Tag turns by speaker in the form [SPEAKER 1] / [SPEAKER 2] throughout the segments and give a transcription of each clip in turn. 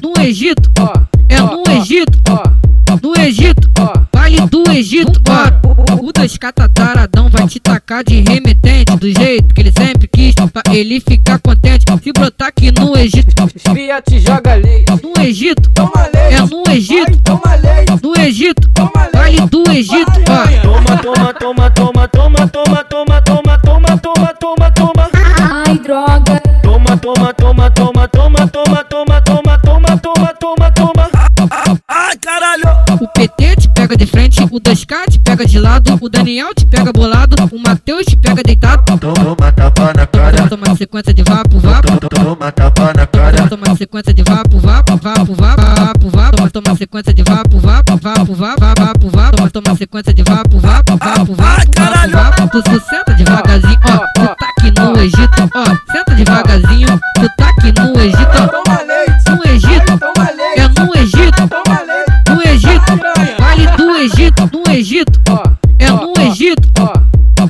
[SPEAKER 1] do Egito, ó. É no Egito, ó. No Egito, ó. Vale do Egito, ó. O das catataradão vai te tacar de remetente do jeito que ele sempre quis, pra ele ficar contente. Se brotar aqui no Egito,
[SPEAKER 2] Espia te joga lei.
[SPEAKER 1] no Egito,
[SPEAKER 2] Toma lei.
[SPEAKER 1] é no Egito,
[SPEAKER 2] Toma lei.
[SPEAKER 1] no Egito, vale do Egito, ó.
[SPEAKER 2] Toma, toma, toma, toma, toma, toma, toma, toma, toma, toma, toma, toma.
[SPEAKER 3] Ai, droga.
[SPEAKER 2] Toma, toma, toma, toma, toma, toma, toma, toma, toma, toma, toma, toma. Ai, caralho.
[SPEAKER 1] O PT te pega de frente, o 2K te pega de lado, o Daniel te pega bolado, o Matheus te pega deitado.
[SPEAKER 4] Toma tapa na cara,
[SPEAKER 1] Toma sequência de vapo, vapo.
[SPEAKER 4] toma tapa na cara,
[SPEAKER 1] Toma sequência de vapo, vapo, vapo, vapo, vapo, vapo. Toma, toma sequência de vapo, vapo, vapo, vapo, vapo, vapo. Toma, toma sequência de vapo, vapo, vapo, vapo, vapo, vapo. Tu, tu senta devagarzinho, ó. Tu tá aqui no Egito, ó. Senta devagarzinho, tu tá aqui no Egito.
[SPEAKER 2] Toma lei.
[SPEAKER 1] No Egito, é no Egito,
[SPEAKER 2] Toma lei.
[SPEAKER 1] no Egito. Vale do Egito, no Egito, é no Egito,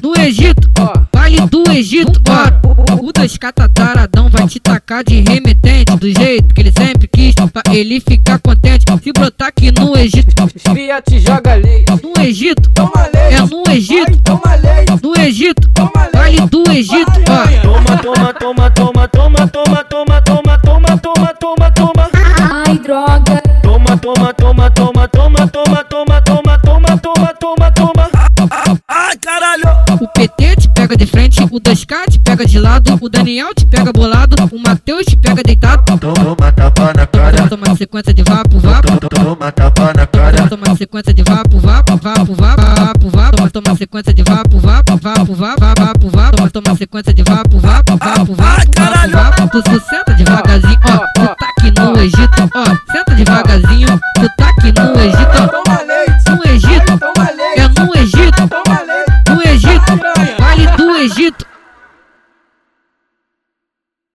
[SPEAKER 1] no Egito, vale do Egito, ó. O das catataradão vai te tacar de remetente do jeito que ele sempre quis, pra ele ficar contente. Se brotar aqui no Egito,
[SPEAKER 2] Espia te joga lei.
[SPEAKER 1] no Egito,
[SPEAKER 2] Toma lei.
[SPEAKER 1] é no Egito,
[SPEAKER 2] Toma lei.
[SPEAKER 1] no Egito, vale do Egito, ó.
[SPEAKER 2] Toma, toma, toma, toma, toma, toma, toma, toma, toma, toma, toma, toma.
[SPEAKER 3] Ai, droga.
[SPEAKER 2] Toma, toma, toma, toma, toma, toma, toma, toma, toma, toma, toma, toma. Ai, caralho.
[SPEAKER 1] O PT te pega de frente, o 2K te pega de lado, o Daniel te pega bolado, o Matheus te pega deitado.
[SPEAKER 4] toma tapa na cara,
[SPEAKER 1] Toma sequência de vapo, vapo.
[SPEAKER 4] toma tapa na cara,
[SPEAKER 1] Toma sequência de vapo, vapo, vapo, vapo, vapo, vapo. Toma, toma sequência de vapo, vapo, vapo, vapo, vapo, vapo. Toma, toma sequência de vapo, vapo, vapo, vapo, vapo, vapo. Tu, tu senta devagarzinho, ó. Tu tá aqui no Egito, ó. Senta devagarzinho, tu tá aqui no Egito.
[SPEAKER 2] Toma lei.
[SPEAKER 1] No Egito,
[SPEAKER 2] Toma lei.
[SPEAKER 1] é no Egito,
[SPEAKER 2] Toma lei.
[SPEAKER 1] no Egito, vale do Egito,